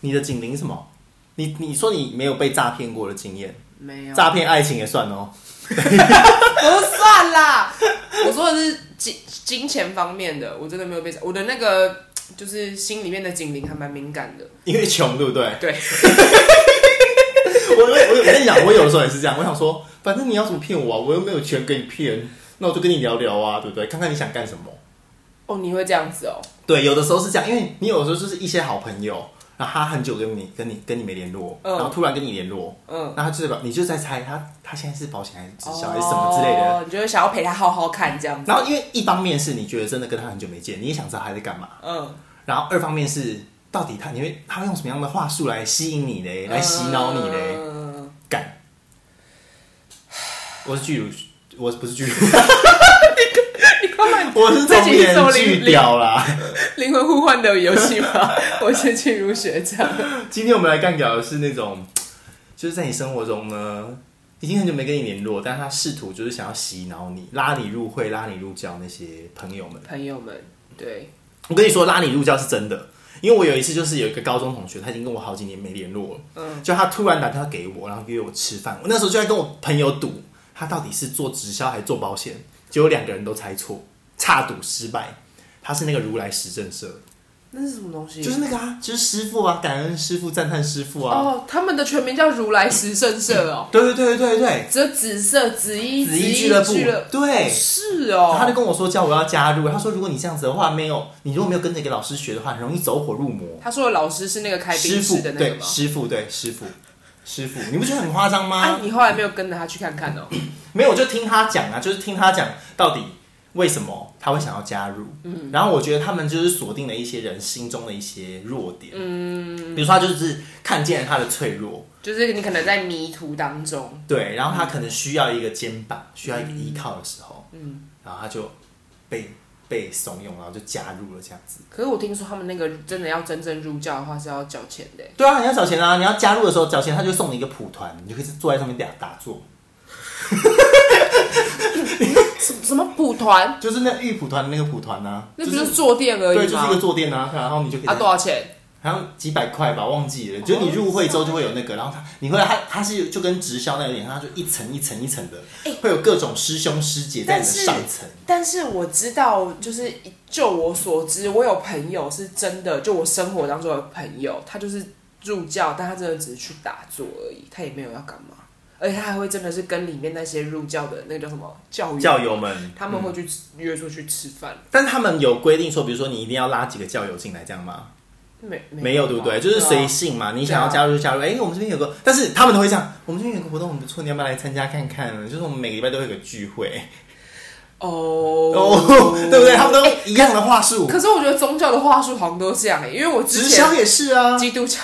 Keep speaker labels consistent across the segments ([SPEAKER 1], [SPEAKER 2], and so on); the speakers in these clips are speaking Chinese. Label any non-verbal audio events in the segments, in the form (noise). [SPEAKER 1] 你的警铃是什么？你你说你没有被诈骗过的经验，
[SPEAKER 2] 没有
[SPEAKER 1] 诈骗爱情也算哦。
[SPEAKER 2] 不算 (laughs) 啦。我说的是金金钱方面的，我真的没有被我的那个就是心里面的警铃还蛮敏感的。
[SPEAKER 1] 因为穷，对不 (laughs) 对？
[SPEAKER 2] 对
[SPEAKER 1] 我我我跟你讲，我有的时候也是这样，我想说，反正你要怎么骗我啊，我又没有钱给你骗，那我就跟你聊聊啊，对不对？看看你想干什么。
[SPEAKER 2] 哦，你会这样子哦？
[SPEAKER 1] 对，有的时候是这样，因为你有的时候就是一些好朋友，然后他很久跟你跟你跟你没联络，
[SPEAKER 2] 嗯
[SPEAKER 1] 然后突然跟你联络，
[SPEAKER 2] 嗯，
[SPEAKER 1] 然后他就是把你就在猜他他现在是保险还是直销还是什么之类的。
[SPEAKER 2] 哦，你就会想要陪他好好看这样子。
[SPEAKER 1] 然后因为一方面是你觉得真的跟他很久没见，你也想知道他在干嘛，
[SPEAKER 2] 嗯，
[SPEAKER 1] 然后二方面是到底他你会他会用什么样的话术来吸引你
[SPEAKER 2] 呃
[SPEAKER 1] 嘞，来洗脑你嘞？
[SPEAKER 2] 嗯 (sighs)
[SPEAKER 1] 干！我是巨乳，我不是
[SPEAKER 2] (laughs)
[SPEAKER 1] 巨乳，
[SPEAKER 2] 你干嘛
[SPEAKER 1] 我是中
[SPEAKER 2] 这集是什
[SPEAKER 1] 年
[SPEAKER 2] 么
[SPEAKER 1] 巨
[SPEAKER 2] 灵
[SPEAKER 1] 屌啦！
[SPEAKER 2] 灵魂互换的游戏 (laughs) 吗？我是进入学长。
[SPEAKER 1] 今天我们来干屌的是那种，就是在你生活中呢，已经很久没跟你联络，但他试图就是想要洗脑你，拉你入会，拉你入教那些朋友们。
[SPEAKER 2] 朋友们，对，
[SPEAKER 1] 我跟你说，拉你入教是真的，因为我有一次就是有一个高中同学，他已经跟我好几年没联络了，
[SPEAKER 2] 嗯，
[SPEAKER 1] 就他突然打电话给我，然后约我吃饭。我那时候就在跟我朋友赌，他到底是做直销还是做保险，结果两个人都猜错，差赌失败。他是那个如来实证社，
[SPEAKER 2] 那是什么东西？
[SPEAKER 1] 就是那个啊，就是师傅啊，感恩师傅，赞叹师傅啊。
[SPEAKER 2] 哦，他们的全名叫如来十圣社哦，
[SPEAKER 1] 对对对对对
[SPEAKER 2] 只有紫色、紫衣、
[SPEAKER 1] 对，紫衣
[SPEAKER 2] 衣
[SPEAKER 1] 俱乐部，哎对。
[SPEAKER 2] 是
[SPEAKER 1] 他就
[SPEAKER 2] 哦。
[SPEAKER 1] 跟我说叫我要加入，他说如果你这样子的话，没有你如果没有跟着一个老师学的话，很容易走火入魔。
[SPEAKER 2] 他说的老师是那个开
[SPEAKER 1] 师
[SPEAKER 2] 冰
[SPEAKER 1] 傅
[SPEAKER 2] 室的那个
[SPEAKER 1] 对
[SPEAKER 2] 吗？
[SPEAKER 1] 师傅对师傅师傅，你不觉得很夸张吗？
[SPEAKER 2] 啊，你后来没有跟着他去看看哦？ (laughs)
[SPEAKER 1] 没有，我就听他讲啊，就是听他讲到底为什么他会想要加入。嗯，然后我觉得他们就是锁定了一些人心中的一些弱点。嗯，比如说他就是看见了他的脆弱，
[SPEAKER 2] 就是你可能在迷途当中，
[SPEAKER 1] 对，然后他可能需要一个肩膀，需要一个依靠的时候，嗯，然后他就被被怂恿，然后就加入了这样子。
[SPEAKER 2] 可是我听说他们那个真的要真正入教的话是要交钱的耶，
[SPEAKER 1] 对啊，你要找钱啊！你要加入的时候找钱，他就送你一个蒲团，你就可以坐在上面打打坐，
[SPEAKER 2] 什什么蒲团？
[SPEAKER 1] 就是那玉蒲团的那个蒲团啊，
[SPEAKER 2] 那
[SPEAKER 1] 就
[SPEAKER 2] 不
[SPEAKER 1] 是
[SPEAKER 2] 是坐垫而
[SPEAKER 1] 对，
[SPEAKER 2] 已
[SPEAKER 1] 就是一个
[SPEAKER 2] 吗？
[SPEAKER 1] 坐垫啊，然后你就可以在
[SPEAKER 2] 啊，多哦少钱？
[SPEAKER 1] 好像几百块吧，忘记了。就是你入会之后就会有那个，然后他你会它它是就跟直销那有点，它就一层一层一层的，
[SPEAKER 2] 哎
[SPEAKER 1] 会有各种师兄师姐在你的
[SPEAKER 2] 但是
[SPEAKER 1] 上层。
[SPEAKER 2] 但是我知道，就是就我所知，我有朋友是真的，就我生活当中的朋友，他就是入教，但他真的只是去打坐而已，他也没有要干嘛，而且他还会真的是跟里面那些入教的那个叫什么教友，
[SPEAKER 1] 教友们，
[SPEAKER 2] 他们会去吃、约出去吃饭，
[SPEAKER 1] 但他们有规定说，比如说你一定要拉几个教友进来，这样吗？
[SPEAKER 2] 没
[SPEAKER 1] 没有，对不
[SPEAKER 2] 啊
[SPEAKER 1] 对？就是随
[SPEAKER 2] 谁
[SPEAKER 1] 性嘛，你想要加入就加
[SPEAKER 2] 啊
[SPEAKER 1] 入。哎，我们这边有个，但是他们都会这样，我们这边有个活动很不错，你要不要来参加看看？就是我们每个礼拜都会有个聚会，
[SPEAKER 2] 哦
[SPEAKER 1] 哦， (laughs) 对不对？他们都用一样的话术，
[SPEAKER 2] 哎可是我觉得宗教的话术好像都是这样、欸，因为我之
[SPEAKER 1] 直
[SPEAKER 2] 前
[SPEAKER 1] 销也是啊，
[SPEAKER 2] 基督教。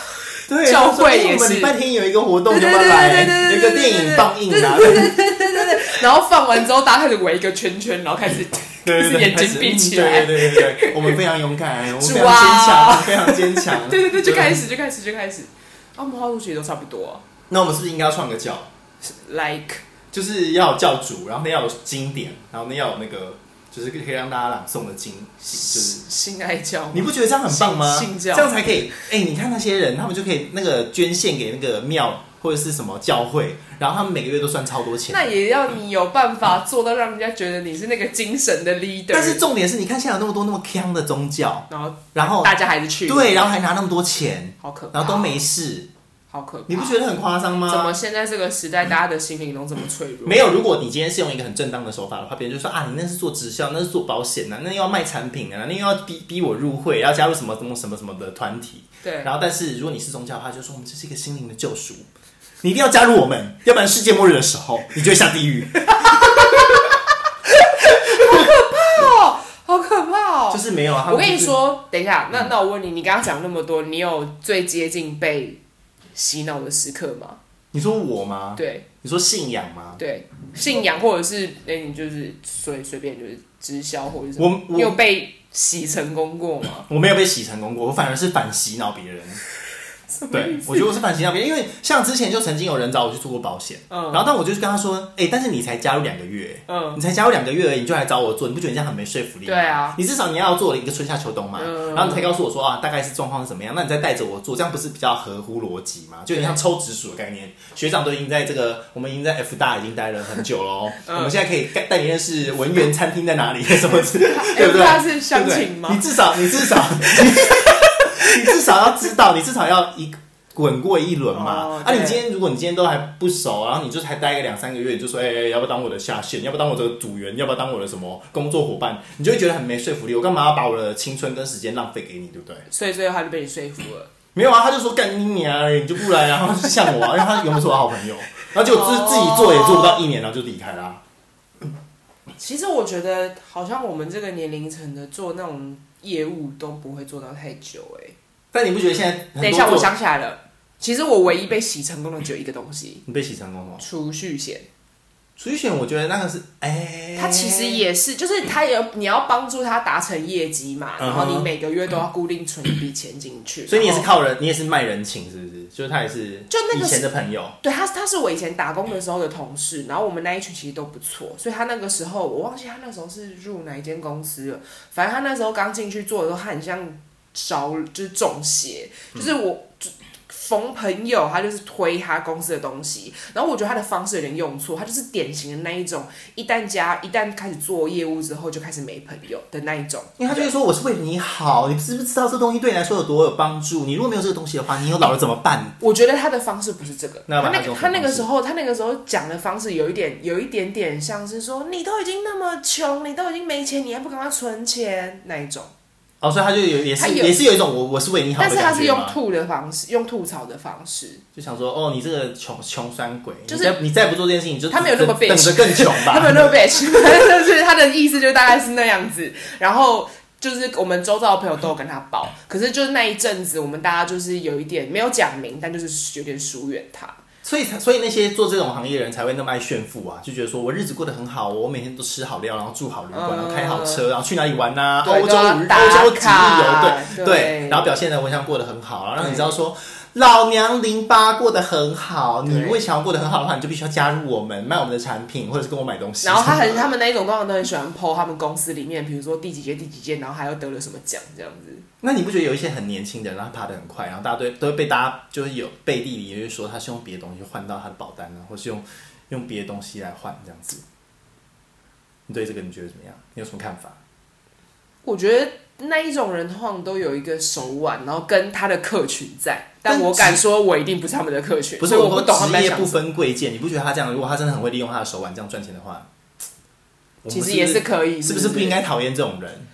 [SPEAKER 1] 对，
[SPEAKER 2] 教
[SPEAKER 1] 他
[SPEAKER 2] 会
[SPEAKER 1] 说哎
[SPEAKER 2] 也
[SPEAKER 1] 我们
[SPEAKER 2] 是
[SPEAKER 1] 礼拜天有一个活动，
[SPEAKER 2] 对
[SPEAKER 1] 要不
[SPEAKER 2] 对
[SPEAKER 1] 要
[SPEAKER 2] 对对
[SPEAKER 1] 来？
[SPEAKER 2] 对
[SPEAKER 1] 哎有
[SPEAKER 2] 对
[SPEAKER 1] 个
[SPEAKER 2] 对
[SPEAKER 1] 电影放映啊， (laughs)
[SPEAKER 2] 然后放完之后，大家开始围一个圈圈，然后开始
[SPEAKER 1] (laughs) 对对
[SPEAKER 2] 就
[SPEAKER 1] 对，
[SPEAKER 2] 是眼睛闭起来
[SPEAKER 1] 开始对对对对，我们非常勇敢，我们非
[SPEAKER 2] 主
[SPEAKER 1] 常坚强，
[SPEAKER 2] 啊
[SPEAKER 1] 我们非常坚强。
[SPEAKER 2] (laughs) 对对对，就开。始就开始就开始，啊，我们花露水都差不多啊
[SPEAKER 1] 那我们是不是应该要创个教？
[SPEAKER 2] ，like
[SPEAKER 1] 就是要有教主，然后呢要有经典，然后呢要有那个就是可以让大家朗诵的经，就是。
[SPEAKER 2] 性爱教，
[SPEAKER 1] 你不觉得这样很棒吗？
[SPEAKER 2] 信信教
[SPEAKER 1] 这样才可以。哎、你看那些人，他们就可以那个捐献给那个庙或者是什么教会，然后他们每个月都赚超多钱。
[SPEAKER 2] 那也要你有办法做到让人家觉得你是那个精神的 leader，
[SPEAKER 1] 但是重点是，你看现在有那么多那么坑的宗教，
[SPEAKER 2] 然后
[SPEAKER 1] 然后
[SPEAKER 2] 大家还是去，
[SPEAKER 1] 哦对，，然后还拿那么多钱，
[SPEAKER 2] 好可怕，
[SPEAKER 1] 然后都没事，
[SPEAKER 2] 好可怕，
[SPEAKER 1] 你不觉得很夸张吗？
[SPEAKER 2] 怎么现在这个时代大家的心灵都这么脆弱？
[SPEAKER 1] 没有，如果你今天是用一个很正当的手法的话，别人就说啊，你那是做直销，那是做保险啊，那又要卖产品啊，那又要逼逼我入会，要加入什么什么什么什么的团体。
[SPEAKER 2] 对，
[SPEAKER 1] 然后，但是如果你是宗教的话，就说我们这是一个心灵的救赎，你一定要加入我们，要不然世界末日的时候，你就会下地
[SPEAKER 2] (laughs)
[SPEAKER 1] 狱。
[SPEAKER 2] 好可怕
[SPEAKER 1] 就
[SPEAKER 2] 哦！
[SPEAKER 1] 是没有啊，他
[SPEAKER 2] 我
[SPEAKER 1] 们就
[SPEAKER 2] 跟
[SPEAKER 1] 是
[SPEAKER 2] 你，说，等一下，那那我问你，你刚刚讲那么多，你有最接近被洗脑的时刻吗？
[SPEAKER 1] 你说我吗？
[SPEAKER 2] 对，
[SPEAKER 1] 你说信仰吗？
[SPEAKER 2] 对，信仰或者是哎、你就是随随便就是直销或者是什么，
[SPEAKER 1] 我
[SPEAKER 2] 你有
[SPEAKER 1] 我
[SPEAKER 2] 被洗成功过吗？
[SPEAKER 1] 我没有被洗成功过，我反而是反洗脑别人。
[SPEAKER 2] (laughs) 什么
[SPEAKER 1] 对
[SPEAKER 2] 意，思
[SPEAKER 1] 我觉得我是反其道别，因为像之前就曾经有人找我去做过保险，
[SPEAKER 2] 嗯
[SPEAKER 1] 然后但我就是跟他说，哎、但是你才加入两个月，
[SPEAKER 2] 嗯
[SPEAKER 1] 你才加入两个月而已，你就来找我做，你不觉得你这样很没说服力吗？
[SPEAKER 2] 对啊
[SPEAKER 1] 你至少你要做了一个春夏秋冬嘛，
[SPEAKER 2] 嗯
[SPEAKER 1] 然后你才告诉我说啊，大概是状况是怎么样，那你再带着我做，这样不是比较合乎逻辑吗？就有点像抽直属的概念，学长都已经在这个，我们已经在 F 大已经待了很久喽，
[SPEAKER 2] 嗯
[SPEAKER 1] 我们现在可以带带你认识文园餐厅在哪里，什么
[SPEAKER 2] (laughs)
[SPEAKER 1] 之类的，对不对？
[SPEAKER 2] 他是相
[SPEAKER 1] 对
[SPEAKER 2] 亲
[SPEAKER 1] 不对
[SPEAKER 2] 吗
[SPEAKER 1] 你？至少，你至少， (laughs) 你至少要知道，你至少要一滚过一轮嘛。
[SPEAKER 2] 哦
[SPEAKER 1] 啊，
[SPEAKER 2] 对
[SPEAKER 1] 你今天如果你今天都还不熟，然后你就才待个两三个月，你就说，哎、哎要不要当我的下线？要不要当我的组员？要不要当我的什么工作伙伴？你就会觉得很没说服力。我干嘛要把我的青春跟时间浪费给你，对不对？
[SPEAKER 2] 所以最后他就被你说服了。
[SPEAKER 1] 没有啊，他就说干你娘而已，你就不来啊，然后就像我、啊，因为 (laughs) 他原本是我的好朋友，然后结果自
[SPEAKER 2] 哦
[SPEAKER 1] 自己做也做不到一年，然后就离开啦、
[SPEAKER 2] 其实我觉得，好像我们这个年龄层的做那种业务都不会做到太久哎、
[SPEAKER 1] 但你不觉得现在
[SPEAKER 2] 等
[SPEAKER 1] 很
[SPEAKER 2] 一下，
[SPEAKER 1] 多
[SPEAKER 2] 我
[SPEAKER 1] 做
[SPEAKER 2] 想起来了，其实我唯一被洗成功的只有一个东西
[SPEAKER 1] 你被洗成功了
[SPEAKER 2] ——储蓄险。
[SPEAKER 1] 储蓄险，我觉得那个是哎，
[SPEAKER 2] 它其实也是，就是它有你要帮助他达成业绩嘛，然后
[SPEAKER 1] 嗯
[SPEAKER 2] 你
[SPEAKER 1] 哼
[SPEAKER 2] 每个月都要固定存一笔钱进去。
[SPEAKER 1] 所以你也是
[SPEAKER 2] 然后
[SPEAKER 1] 靠人，你也是卖人情，是不是？就是他也是，
[SPEAKER 2] 就那个
[SPEAKER 1] 以前的朋友，
[SPEAKER 2] 对他，他是我以前打工的时候的同事，然后我们那一群其实都不错，所以他那个时候我忘记他那时候是入哪一间公司了，反正他那时候刚进去做的时候，他很像着就是中邪，就是我。就逢朋友，他就是推他公司的东西，然后我觉得他的方式有点用错，他就是典型的那一种，一旦加一旦开始做业务之后就开始没朋友的那一种。
[SPEAKER 1] 因为他就会说我是为你好，你知不知道这东西对你来说有多有帮助？你如果没有这个东西的话，你以后老了怎么办？
[SPEAKER 2] 我觉得他的方式不是这个，
[SPEAKER 1] 那
[SPEAKER 2] 他
[SPEAKER 1] 把
[SPEAKER 2] 那
[SPEAKER 1] 他
[SPEAKER 2] 个
[SPEAKER 1] 用什么
[SPEAKER 2] 他那个
[SPEAKER 1] 方式
[SPEAKER 2] 时候他那个时候讲的方式有一点有一点点像是说你都已经那么穷，你都已经没钱，你还不赶快存钱那一种。
[SPEAKER 1] 哦，所以他就有也
[SPEAKER 2] 他
[SPEAKER 1] 是
[SPEAKER 2] 有
[SPEAKER 1] 也是有一种我我是为你好
[SPEAKER 2] 但
[SPEAKER 1] 的
[SPEAKER 2] 是他
[SPEAKER 1] 感
[SPEAKER 2] 是
[SPEAKER 1] 觉
[SPEAKER 2] 用
[SPEAKER 1] 嘛，
[SPEAKER 2] 吐的方式，用吐槽的方式，
[SPEAKER 1] 就想说哦，你这个穷穷酸鬼，
[SPEAKER 2] 就
[SPEAKER 1] 就是是你再你再不做这件事情，你就
[SPEAKER 2] 他没有那么
[SPEAKER 1] 等等着更穷吧。 (laughs)
[SPEAKER 2] 他没有那么 bitch，就是他的意思 (laughs) 就大概是那样子。然后就是我们周遭的朋友都有跟他报，可是就是那一阵子我们大家就是有一点没有讲明，但就是有点疏远他。
[SPEAKER 1] 所以才，所以那些做这种行业的人才会那么爱炫富啊，就觉得说我日子过得很好，我每天都吃好料，然后住好旅馆，
[SPEAKER 2] 嗯
[SPEAKER 1] 然后开好车，然后去哪里玩呐、啊？
[SPEAKER 2] 对
[SPEAKER 1] 欧洲
[SPEAKER 2] 都要
[SPEAKER 1] 五日
[SPEAKER 2] 打
[SPEAKER 1] 欧洲几
[SPEAKER 2] 卡
[SPEAKER 1] 日游，对
[SPEAKER 2] 对
[SPEAKER 1] 然后表现的我想过得很好，然后让你知道说。老娘零八过得很好，你
[SPEAKER 2] 对
[SPEAKER 1] 如果想要过得很好的话，你就必须要加入我们，卖我们的产品，或者是跟我买东西。
[SPEAKER 2] 然后他很，他们那一种通常都很喜欢 PO 他们公司里面，比如说第几届第几届，然后还又得了什么奖这样子。
[SPEAKER 1] 那你不觉得有一些很年轻的人，然后他爬得很快，然后大家都都会被大家就是有背地里也就是说他是用别的东西换到他的保单啊，或是用用别的东西来换这样子。你对这个你觉得怎么样？你有什么看法？
[SPEAKER 2] 我觉得那一种人通常都有一个手腕，然后跟他的客群在，但
[SPEAKER 1] 但
[SPEAKER 2] 我
[SPEAKER 1] 职
[SPEAKER 2] 敢说我一定不是他们的客群，
[SPEAKER 1] 不是
[SPEAKER 2] 所以我
[SPEAKER 1] 说
[SPEAKER 2] 不懂他们
[SPEAKER 1] 职
[SPEAKER 2] 在
[SPEAKER 1] 业
[SPEAKER 2] 想
[SPEAKER 1] 不。分贵贱，你不觉得他这样，如果他真的很会利用他的手腕这样赚钱的话，我们
[SPEAKER 2] 其实也是
[SPEAKER 1] 是
[SPEAKER 2] 可以，
[SPEAKER 1] 不是，是
[SPEAKER 2] 不
[SPEAKER 1] 不是不应？该讨厌这种人？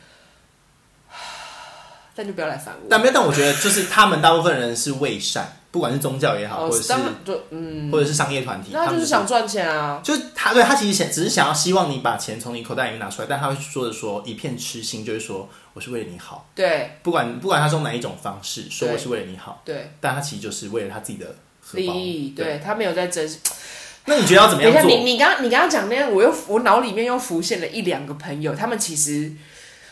[SPEAKER 2] 但就不要来烦我。
[SPEAKER 1] 但没有，但我觉得就是他们大部分人是为善，不管是宗教也好，
[SPEAKER 2] 哦
[SPEAKER 1] 或者，是
[SPEAKER 2] 当然就嗯，
[SPEAKER 1] 或者是商业团体，
[SPEAKER 2] 那
[SPEAKER 1] 他
[SPEAKER 2] 他
[SPEAKER 1] 们
[SPEAKER 2] 就是想赚钱啊。
[SPEAKER 1] 就是他对他其实想只是想要希望你把钱从你口袋里面拿出来，但他会说的说一片痴心，就是说我是为了你好，
[SPEAKER 2] 对
[SPEAKER 1] 不管不管他是用哪一种方式说
[SPEAKER 2] 对
[SPEAKER 1] 我是为了你好，
[SPEAKER 2] 对，
[SPEAKER 1] 但他其实就是为了他自己的荷
[SPEAKER 2] 利
[SPEAKER 1] 包。
[SPEAKER 2] 益，对他没有在珍惜。
[SPEAKER 1] 那你觉得要怎么
[SPEAKER 2] 等一下，
[SPEAKER 1] 样
[SPEAKER 2] 你
[SPEAKER 1] 做？
[SPEAKER 2] 你刚刚你刚刚讲那样，我又我脑里面又浮现了一两个朋友，他们其实，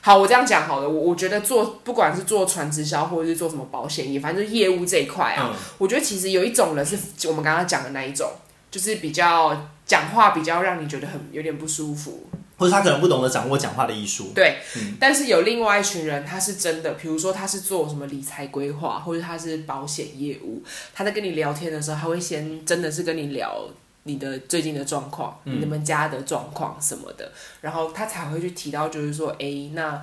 [SPEAKER 2] 好，我这样讲好了，我我觉得做不管是做传直销或者是做什么保险业，反正就是业务这一块啊，
[SPEAKER 1] 嗯
[SPEAKER 2] 我觉得其实有一种人是我们刚刚讲的那一种，就是比较讲话比较让你觉得很有点不舒服，
[SPEAKER 1] 或者他可能不懂得掌握讲话的艺术，
[SPEAKER 2] 对，但是有另外一群人，他是真的，比如说他是做什么理财规划，或者他是保险业务，他在跟你聊天的时候，他会先真的是跟你聊你的最近的状况，
[SPEAKER 1] 嗯
[SPEAKER 2] 你们家的状况什么的，然后他才会去提到，就是说，哎，那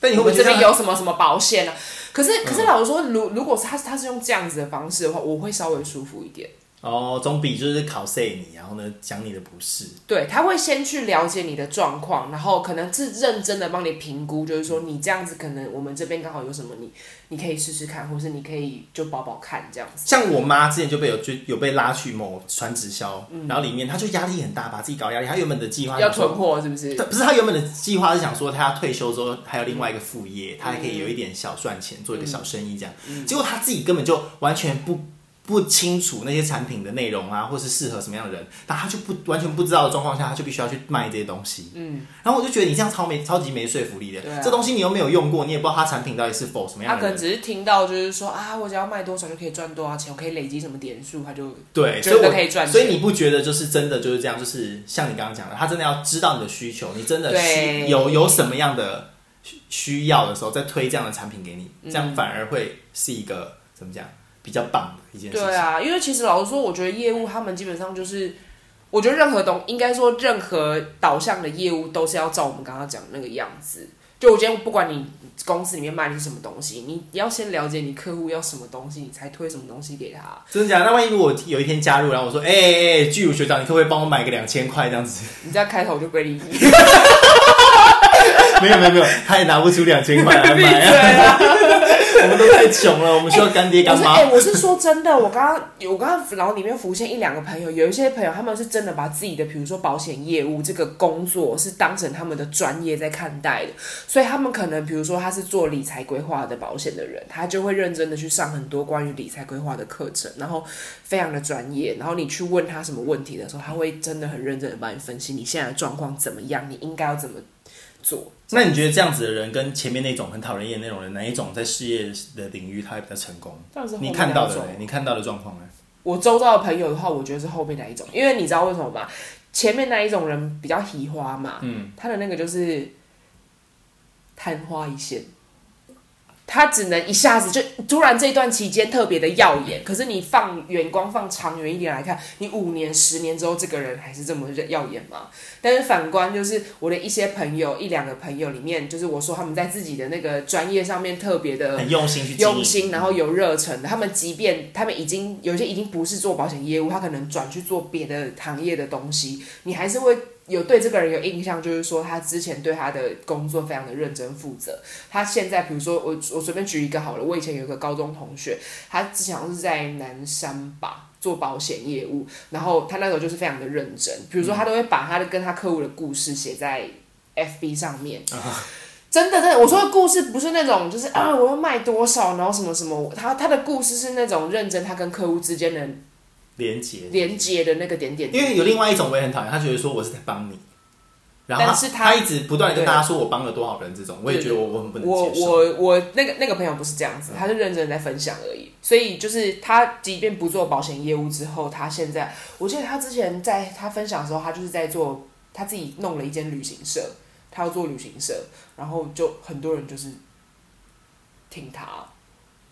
[SPEAKER 1] 但你会
[SPEAKER 2] 我
[SPEAKER 1] 不会
[SPEAKER 2] 们这
[SPEAKER 1] 觉
[SPEAKER 2] 边
[SPEAKER 1] 得嗯
[SPEAKER 2] 有什么什么保险啊？可是，可是老实说，如如果是他他是用这样子的方式的话，我会稍微舒服一点。
[SPEAKER 1] 哦，总比就是考 say 你，啊然后呢讲你的不是，
[SPEAKER 2] 对，他会先去了解你的状况，然后可能是认真的帮你评估，就是说你这样子可能我们这边刚好有什么你，你可以试试看，或是你可以就保保看这样子。
[SPEAKER 1] 像我妈之前就被有就有被拉去某传直销，然后里面她就压力很大，把自己搞压力。她原本的计划
[SPEAKER 2] 嗯要
[SPEAKER 1] 想说
[SPEAKER 2] 囤货是不是？
[SPEAKER 1] 他不是他原本的计划是想说，他要退休之后还有另外一个副
[SPEAKER 2] 嗯
[SPEAKER 1] 业，他还可以有一点小赚钱，做一个小生意这样。结果他自己根本就完全不不不清楚那些产品的内容啊，或是适合什么样的人，但他就不完全不知道的状况下，他就必须要去卖这些东西。嗯，然后我就觉得你这样超没超级没说服力的、
[SPEAKER 2] 对啊
[SPEAKER 1] 这东西你又没有用过，你也不知道它产品到底是否什么
[SPEAKER 2] 他
[SPEAKER 1] 样
[SPEAKER 2] 可
[SPEAKER 1] 的人。
[SPEAKER 2] 能只是听到就是说啊，我只要卖多少就可以赚多少钱，我可以累积什么点数，他就
[SPEAKER 1] 对，
[SPEAKER 2] 觉
[SPEAKER 1] 所以
[SPEAKER 2] 得
[SPEAKER 1] 我
[SPEAKER 2] 可以赚钱
[SPEAKER 1] 所以你不觉得就是真的就是这样？就是像你刚刚讲的，他真的要知道你的需求，你真的需
[SPEAKER 2] 对
[SPEAKER 1] 有有什么样的需需要的时候，再推这样的产品给你，
[SPEAKER 2] 嗯
[SPEAKER 1] 这样反而会是一个怎么讲比较棒的一件事情。
[SPEAKER 2] 对啊，因为其实老实说，我觉得业务他们基本上就是，我觉得任何东应该说任何导向的业务都是要照我们刚刚讲的那个样子。就我今天不管你公司里面卖的是什么东西，你要先了解你客户要什么东西，你才推什么东西给他。
[SPEAKER 1] 真的假的？那万一如果有一天加入，然后我说，哎哎哎，巨乳学长，你可不可以帮我买个两千块这样子？ (laughs)
[SPEAKER 2] 你在开头就归零，闭
[SPEAKER 1] 没有没有没有，他也拿不出两千块来
[SPEAKER 2] 嘴
[SPEAKER 1] 买啊！
[SPEAKER 2] (laughs) 啊！
[SPEAKER 1] (laughs) 我们都太穷了，我们需要干爹
[SPEAKER 2] 不
[SPEAKER 1] 干
[SPEAKER 2] 是，
[SPEAKER 1] 妈。
[SPEAKER 2] 哎、我是说真的，我刚刚我刚刚脑里面浮现一两个朋友，有一些朋友他们是真的把自己的，比如说保险业务这个工作是当成他们的专业在看待的，所以他们可能比如说他是做理财规划的保险的人，他就会认真的去上很多关于理财规划的课程，然后非常的专业，然后你去问他什么问题的时候，他会真的很认真的帮你分析你现在的状况怎么样，你应该要怎么做。
[SPEAKER 1] 那你觉得这样子的人跟前面那种很讨人厌的那种人，哪一种在事业的领域他会比较成功？
[SPEAKER 2] 这样子后面
[SPEAKER 1] 你看到的
[SPEAKER 2] 两种
[SPEAKER 1] 嘞，你看到的状况呢？
[SPEAKER 2] 我周遭的朋友的话，我觉得是后面那一种，因为你知道为什么吗？前面那一种人比较喜花嘛，
[SPEAKER 1] 嗯，
[SPEAKER 2] 他的那个就是昙花一现，他只能一下子就突然这段期间特别的耀眼，可是你放远光放长远一点来看，你五年、十年之后，这个人还是这么耀眼吗？但是反观就是我的一些朋友，一两个朋友里面，就是我说他们在自己的那个专业上面特别的
[SPEAKER 1] 很用心去经营
[SPEAKER 2] 嗯用心，然后有热忱的。他们即便他们已经有些已经不是做保险业务，他可能转去做别的行业的东西，你还是会有对这个人有印象，就是说他之前对他的工作非常的认真负责。他现在比如说我我随便举一个好了，我以前有一个高中同学，他之前好像是在南山吧。做保险业务，然后他那时候就是非常的认真，比如说他都会把他的跟他客户的故事写在 FB 上面，真的，真的，我说的故事不是那种，就是啊，我要卖多少，然后什么什么，他他的故事是那种认真，他跟客户之间的
[SPEAKER 1] 连接，
[SPEAKER 2] 连接的那个点点。
[SPEAKER 1] 因为有另外一种我也很讨厌，他觉得说我是在帮你，然后
[SPEAKER 2] 但是
[SPEAKER 1] 他
[SPEAKER 2] 他
[SPEAKER 1] 一直不断的跟大家说我帮了多少人这种，我也觉得我我很不能
[SPEAKER 2] 我
[SPEAKER 1] 接受。
[SPEAKER 2] 我我那个那个朋友不是这样子，他是认真在分享而已。所以就是他即便不做保险业务之后，他现在我记得他之前在他分享的时候，他就是在做他自己弄了一间旅行社，他要做旅行社，然后就很多人就是听他。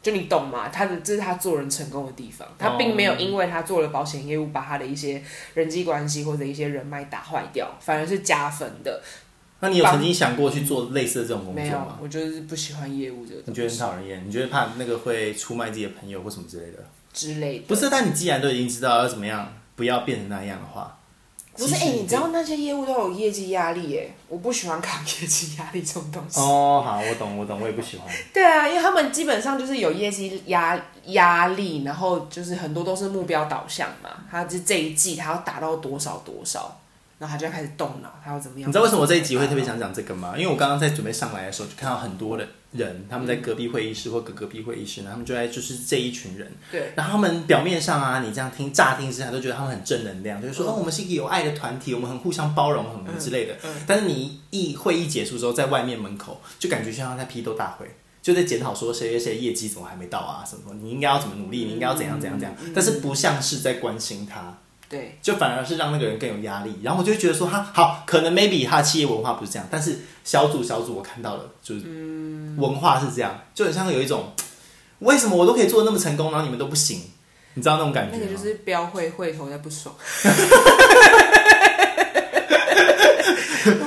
[SPEAKER 2] 就你懂吗？他的这是他做人成功的地方，他并
[SPEAKER 1] 哦
[SPEAKER 2] 没有因为他做了保险业务，把他的一些人际关系或者一些人脉打坏掉，反而是加分的。
[SPEAKER 1] 那你有曾经想过去做类似的哦这种工
[SPEAKER 2] 没
[SPEAKER 1] 作
[SPEAKER 2] 有
[SPEAKER 1] 吗，？
[SPEAKER 2] 我就是不喜欢业务这个
[SPEAKER 1] 你
[SPEAKER 2] 东
[SPEAKER 1] 觉得很
[SPEAKER 2] 西
[SPEAKER 1] 讨人厌？你觉得怕那个会出卖自己的朋友或什么之类的？
[SPEAKER 2] 之类的。
[SPEAKER 1] 不是，但你既然都已经知道要怎么样，不要变成那样的话，
[SPEAKER 2] 不
[SPEAKER 1] 其
[SPEAKER 2] 是，哎、
[SPEAKER 1] 实
[SPEAKER 2] 你知道那些业务都有业绩压力，哎，我不喜欢 (laughs) 扛业绩压力这种东西。
[SPEAKER 1] 哦，好，我懂，我懂，我也不喜欢。
[SPEAKER 2] 对啊，因为他们基本上就是有业绩压压力，然后就是很多都是目标导向嘛，他就这一季他要达到多少多少，然后他就要开始动脑，他要怎么样？
[SPEAKER 1] 你知道为什么我这一集会特别？想讲这个吗？因为我刚刚在准备上来的时候，就看到很多的人，他们在隔壁会议室或隔隔壁会议室，然后他们就在就是这一群人，
[SPEAKER 2] 对，
[SPEAKER 1] 然后他们表面上啊，你这样听乍听之下都觉得他们很正能量，就是说、哦，我们是一个有爱的团体，我们很互相包容什么之类的。但是你一会议结束之后，在外面门口就感觉像在批斗大会。就在检讨说谁谁谁业绩怎么还没到啊？什么你应该要怎么努力？你应该要怎样怎样怎样？但是不像是在关心他，
[SPEAKER 2] 对，
[SPEAKER 1] 就反而是让那个人更有压力。然后我就会觉得说他好，可能 maybe 他的企业文化不是这样，但是小组小组我看到了，就是
[SPEAKER 2] 嗯
[SPEAKER 1] 文化是这样，就很像有一种为什么我都可以做的那么成功，然后你们都不行，你知道那种感觉
[SPEAKER 2] 那
[SPEAKER 1] 吗？
[SPEAKER 2] 个就是标会会头在
[SPEAKER 1] (laughs)
[SPEAKER 2] 不爽，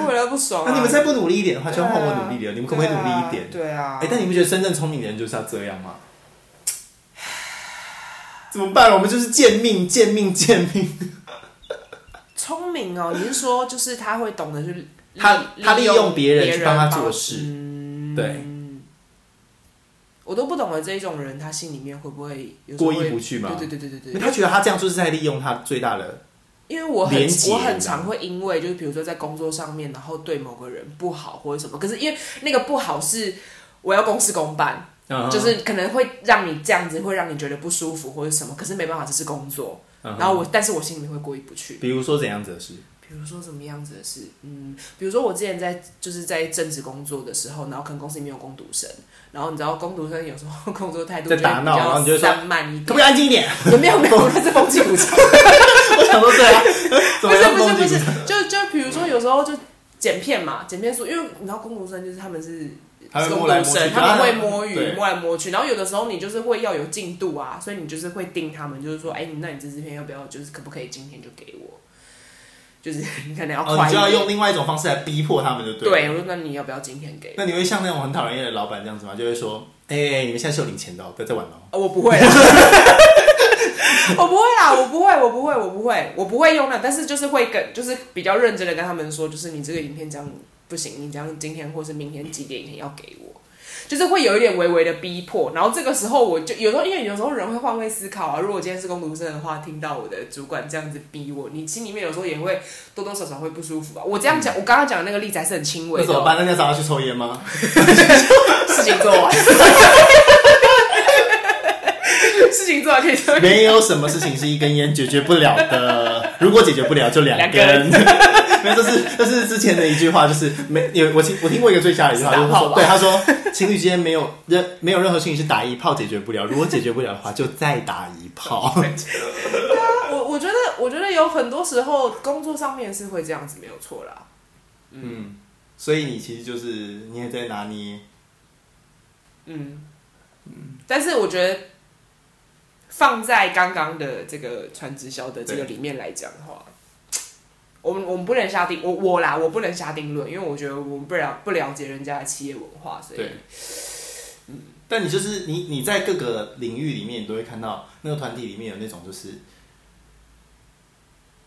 [SPEAKER 2] 会头在不爽、啊。
[SPEAKER 1] 那你们再不努力一点的话，
[SPEAKER 2] 对啊
[SPEAKER 1] 就要换我努力了。你们可不可以努力一点？
[SPEAKER 2] 对啊，
[SPEAKER 1] 哎、但你不觉得真正聪明的人就是要这样吗？怎么办？我们就是贱命，贱命，贱命。
[SPEAKER 2] 聪明哦，你是说就是他会懂得去
[SPEAKER 1] 他他利用别人去帮他做事，
[SPEAKER 2] 嗯
[SPEAKER 1] 对，
[SPEAKER 2] 我都不懂得这一种人，他心里面会不会有时候
[SPEAKER 1] 过
[SPEAKER 2] 会
[SPEAKER 1] 意不去吗？
[SPEAKER 2] 对对对对对对，
[SPEAKER 1] 他觉得他这样就是在利用他最大的
[SPEAKER 2] 因为我很
[SPEAKER 1] 连结
[SPEAKER 2] 我很常会因为就是比如说在工作上面，然后对某个人不好或者什么，可是因为那个不好是我要公事公办，
[SPEAKER 1] 嗯哼
[SPEAKER 2] 就是可能会让你这样子，会让你觉得不舒服或者什么，可是没办法，这是工作。
[SPEAKER 1] 嗯哼
[SPEAKER 2] 然后我，但是我心里面会过意不去。
[SPEAKER 1] 比如说怎样子的事，
[SPEAKER 2] 比如说什么样子的事，嗯，比如说我之前在就是在正职工作的时候，然后可能公司里面有工读生，然后你知道工读生有时候工作态度
[SPEAKER 1] 在打闹然后你就
[SPEAKER 2] 就
[SPEAKER 1] 会说
[SPEAKER 2] 会比较散漫一
[SPEAKER 1] 可不可
[SPEAKER 2] 点，
[SPEAKER 1] 以安静一点？
[SPEAKER 2] 也没有
[SPEAKER 1] (laughs)
[SPEAKER 2] 没有，那是风气鼓掌，
[SPEAKER 1] 我想说对啊，怎
[SPEAKER 2] 不
[SPEAKER 1] 么
[SPEAKER 2] 是
[SPEAKER 1] 样
[SPEAKER 2] 不是
[SPEAKER 1] 攻
[SPEAKER 2] 不
[SPEAKER 1] 击
[SPEAKER 2] 是？，就就比如说有时候就剪片嘛，剪片说，因为你知道工读生就是他们是
[SPEAKER 1] 他会
[SPEAKER 2] 工
[SPEAKER 1] 摸来
[SPEAKER 2] 读
[SPEAKER 1] 摸
[SPEAKER 2] 生
[SPEAKER 1] 去，，
[SPEAKER 2] 他们会摸鱼
[SPEAKER 1] 对
[SPEAKER 2] 摸来摸去，然后有的时候你就是会要有进度啊，所以你就是会盯他们，就是说，哎、那你这支片要不要，就是可不可以今天就给我？就是你可能要
[SPEAKER 1] 哦，
[SPEAKER 2] 快一
[SPEAKER 1] 你就
[SPEAKER 2] 点，
[SPEAKER 1] 要用另外一种方式来逼迫他们，就对了。
[SPEAKER 2] 对，我说那你要不要今天给？
[SPEAKER 1] 那你会像那种很讨人厌的老板这样子吗？就会说，哎、你们现在是有领钱的、哦，不要再玩了、哦。
[SPEAKER 2] 哦，我不会啦， (laughs) 我不会啦，我不会，我不会，我不会，我不会用的，但是就是会跟，就是比较认真的跟他们说，就是你这个影片这样不行，你这样今天或是明天几点以前要给我。就是会有一点微微的逼迫，然后这个时候我就有时候，因为有时候人会换位思考啊。如果今天是工读生的话，听到我的主管这样子逼我，你心里面有时候也会多多少少会不舒服吧。啊我这样讲，我刚刚讲的那个例子还是很轻
[SPEAKER 1] 嗯
[SPEAKER 2] 微
[SPEAKER 1] 那
[SPEAKER 2] 的、
[SPEAKER 1] 怎么
[SPEAKER 2] 哦，
[SPEAKER 1] 办？那你要找他去抽烟吗？
[SPEAKER 2] 事情做完，
[SPEAKER 1] (laughs)
[SPEAKER 2] 事情做完可以 (laughs) 抽
[SPEAKER 1] 没有什么事情是一根烟解决不了的，如果解决不了就两根。
[SPEAKER 2] 两
[SPEAKER 1] 没有，这是这是之前的一句话，就是没有我听我听过一个最瞎的一句话，
[SPEAKER 2] 是
[SPEAKER 1] 就
[SPEAKER 2] 打
[SPEAKER 1] 是
[SPEAKER 2] 炮
[SPEAKER 1] 说，
[SPEAKER 2] 吧
[SPEAKER 1] 对他说，情侣之间没有任没有任何事情是打一炮解决不了，如果解决不了的话，就再打一炮。
[SPEAKER 2] 我我觉得，我觉得有很多时候工作上面是会这样子，没有错啦。
[SPEAKER 1] (laughs) 嗯，所以你其实就是你也在拿捏，
[SPEAKER 2] 嗯但是我觉得放在刚刚的这个传直销的这个里面来讲的话，我们我们不能下定我我啦，我不能下定论，因为我觉得我们不了不了解人家的企业文化，所以
[SPEAKER 1] 对但你就是你，你在各个领域里面，你都会看到那个团体里面有那种就是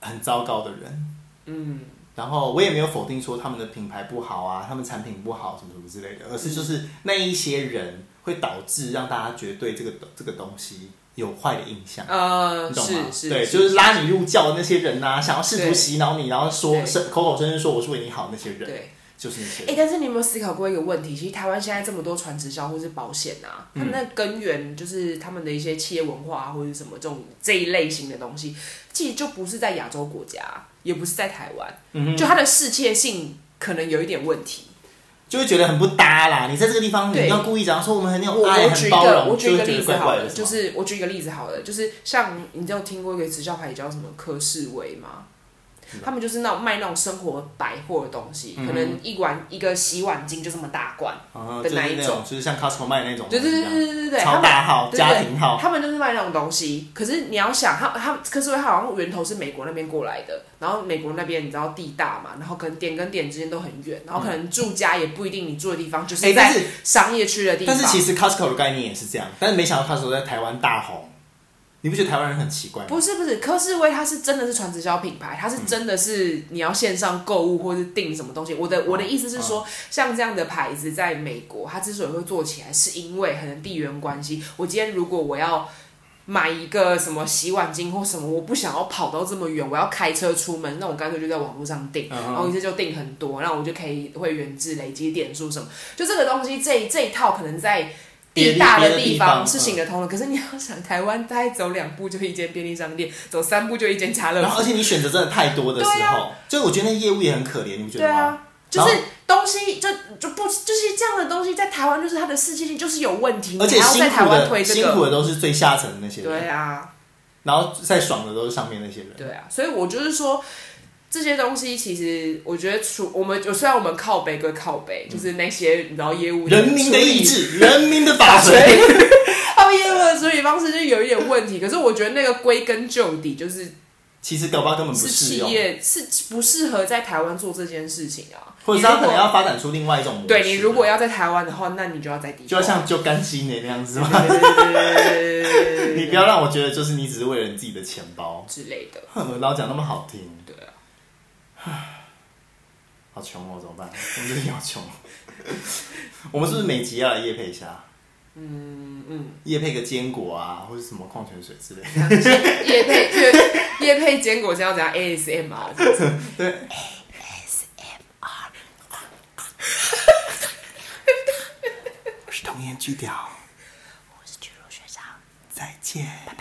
[SPEAKER 1] 很糟糕的人。
[SPEAKER 2] 嗯
[SPEAKER 1] 然后我也没有否定说他们的品牌不好啊，他们产品不好什么什么之类的，而是就是那一些人会导致让大家觉得对这个这个东西有坏的印象。
[SPEAKER 2] 呃
[SPEAKER 1] 你懂吗
[SPEAKER 2] 是？是
[SPEAKER 1] 对，就是拉你入教的那些人呐、啊，想要试图
[SPEAKER 2] 对
[SPEAKER 1] 洗脑你，然后说
[SPEAKER 2] 对
[SPEAKER 1] 声口口声声说我是为你好那些人，
[SPEAKER 2] 对。
[SPEAKER 1] 就是那些
[SPEAKER 2] 哎、
[SPEAKER 1] 人。
[SPEAKER 2] 但是你有没有思考过一个问题？其实台湾现在这么多传直销或是保险啊，
[SPEAKER 1] 嗯
[SPEAKER 2] 他们的根源就是他们的一些企业文化啊或者是什么这种这一类型的东西，其实就不是在亚洲国家，也不是在台湾，
[SPEAKER 1] 嗯哼，
[SPEAKER 2] 就它的适切性可能有一点问题。
[SPEAKER 1] 就会觉得很不搭啦。你在这个地方，你
[SPEAKER 2] 对
[SPEAKER 1] 要故意讲说我们很
[SPEAKER 2] 我
[SPEAKER 1] 有爱、
[SPEAKER 2] 我举
[SPEAKER 1] 哦很
[SPEAKER 2] 一
[SPEAKER 1] 包
[SPEAKER 2] 个
[SPEAKER 1] 容，
[SPEAKER 2] 我举一个
[SPEAKER 1] 就会
[SPEAKER 2] 例
[SPEAKER 1] 觉得
[SPEAKER 2] 子
[SPEAKER 1] 怪
[SPEAKER 2] 好
[SPEAKER 1] 怪
[SPEAKER 2] 了，
[SPEAKER 1] 的，
[SPEAKER 2] 就。是我举一个例子好了，就是像你有听过一个直销牌叫什么科士威吗？他们就是那种卖那种生活百货的东西，
[SPEAKER 1] 嗯
[SPEAKER 2] 可能一碗一个洗碗巾就这么大罐，
[SPEAKER 1] 啊，
[SPEAKER 2] 的
[SPEAKER 1] 就是
[SPEAKER 2] 哪一
[SPEAKER 1] 那
[SPEAKER 2] 种
[SPEAKER 1] 种，就是像 Costco 卖的那种，
[SPEAKER 2] 对对对对对对对，他
[SPEAKER 1] 超
[SPEAKER 2] 们
[SPEAKER 1] 大号、
[SPEAKER 2] 对对
[SPEAKER 1] 哦家庭号，
[SPEAKER 2] 他们就是卖那种东西，可是你要想，他他可是他好像源头是美国那边过来的，然后美国那边你知道地大嘛，然后可能点跟点之间都很远，然后可能住家也不一定你住的地方就是
[SPEAKER 1] 哎但
[SPEAKER 2] 在
[SPEAKER 1] 是
[SPEAKER 2] 商业区的地方。
[SPEAKER 1] 但是其实 Costco 的概念也是这样，但是没想到 Costco 在台湾大红，你不觉得台湾人很奇怪吗？
[SPEAKER 2] 不是不是，科士威它是真的是传直销品牌，它是真的是你要线上购物或是订什么东西。我的我的意思是
[SPEAKER 1] 哦
[SPEAKER 2] 说，像这样的牌子在美国，它之所以会做起来，是因为可能地缘关系。我今天如果我要买一个什么洗碗巾或什么，我不想要跑到这么远，我要开车出门，那我干脆就在网络上订，
[SPEAKER 1] 嗯哼
[SPEAKER 2] 然后一次就订很多，那我就可以会员制累积点数什么。就这个东西，这一这一套可能在。
[SPEAKER 1] 别的
[SPEAKER 2] 地大
[SPEAKER 1] 别
[SPEAKER 2] 的
[SPEAKER 1] 的
[SPEAKER 2] 地
[SPEAKER 1] 地
[SPEAKER 2] 方
[SPEAKER 1] 方嗯
[SPEAKER 2] 是行得通的，可是你要想，台湾大概走两步就一间便利商店，走三步就一间家乐
[SPEAKER 1] 然
[SPEAKER 2] 福，
[SPEAKER 1] 后而且你选择真的太多的时
[SPEAKER 2] 对啊
[SPEAKER 1] 候，就我觉得那业务也很可怜，你不觉
[SPEAKER 2] 对
[SPEAKER 1] 得吗？
[SPEAKER 2] 啊，就是
[SPEAKER 1] 然后
[SPEAKER 2] 东西就就不就是这样的东西，在台湾就是它的世界性就是有问题，
[SPEAKER 1] 而
[SPEAKER 2] 你
[SPEAKER 1] 且
[SPEAKER 2] 还要
[SPEAKER 1] 辛
[SPEAKER 2] 在台
[SPEAKER 1] 苦
[SPEAKER 2] 湾
[SPEAKER 1] 的
[SPEAKER 2] 推这
[SPEAKER 1] 辛苦
[SPEAKER 2] 个，
[SPEAKER 1] 的都是最下层的那些
[SPEAKER 2] 啊对
[SPEAKER 1] 人，
[SPEAKER 2] 啊，
[SPEAKER 1] 然后再爽的都是上面那些人。
[SPEAKER 2] 对啊，所以我就是说。这些东西其实，我觉得除我们，虽然我们靠北归靠北，就是那些你知道业务
[SPEAKER 1] 人民的
[SPEAKER 2] 处理
[SPEAKER 1] 意志，人民的法锤。
[SPEAKER 2] 以 (laughs) 他们业务的处理方式就有一点问题。可是我觉得那个归根究底就是
[SPEAKER 1] 其实搞不好根本不
[SPEAKER 2] 是
[SPEAKER 1] 适
[SPEAKER 2] 企
[SPEAKER 1] 用，
[SPEAKER 2] 业是不适合在台湾做这件事情啊，
[SPEAKER 1] 或者是
[SPEAKER 2] 你
[SPEAKER 1] 他可
[SPEAKER 2] 如果
[SPEAKER 1] 能要发展出另外一种模式。啊
[SPEAKER 2] 对你如果要在台湾的话，那你就要在地
[SPEAKER 1] 就要像就干西那样子嘛，
[SPEAKER 2] 对
[SPEAKER 1] (laughs) 你不要让我觉得就是你只是为了你自己的钱包。
[SPEAKER 2] 之类的，
[SPEAKER 1] 哼，老讲那么好听，
[SPEAKER 2] 对啊，
[SPEAKER 1] (sighs) 好穷哦，怎么办？我们最近好穷。哦 (laughs) 我们是不是每集要来夜配一下？
[SPEAKER 2] 嗯嗯，
[SPEAKER 1] 夜配个坚果啊，或者什么矿泉水之类的。
[SPEAKER 2] 叶配叶叶配坚果是要怎样 ASM 啊？是不是
[SPEAKER 1] 对，我是童颜巨屌，见。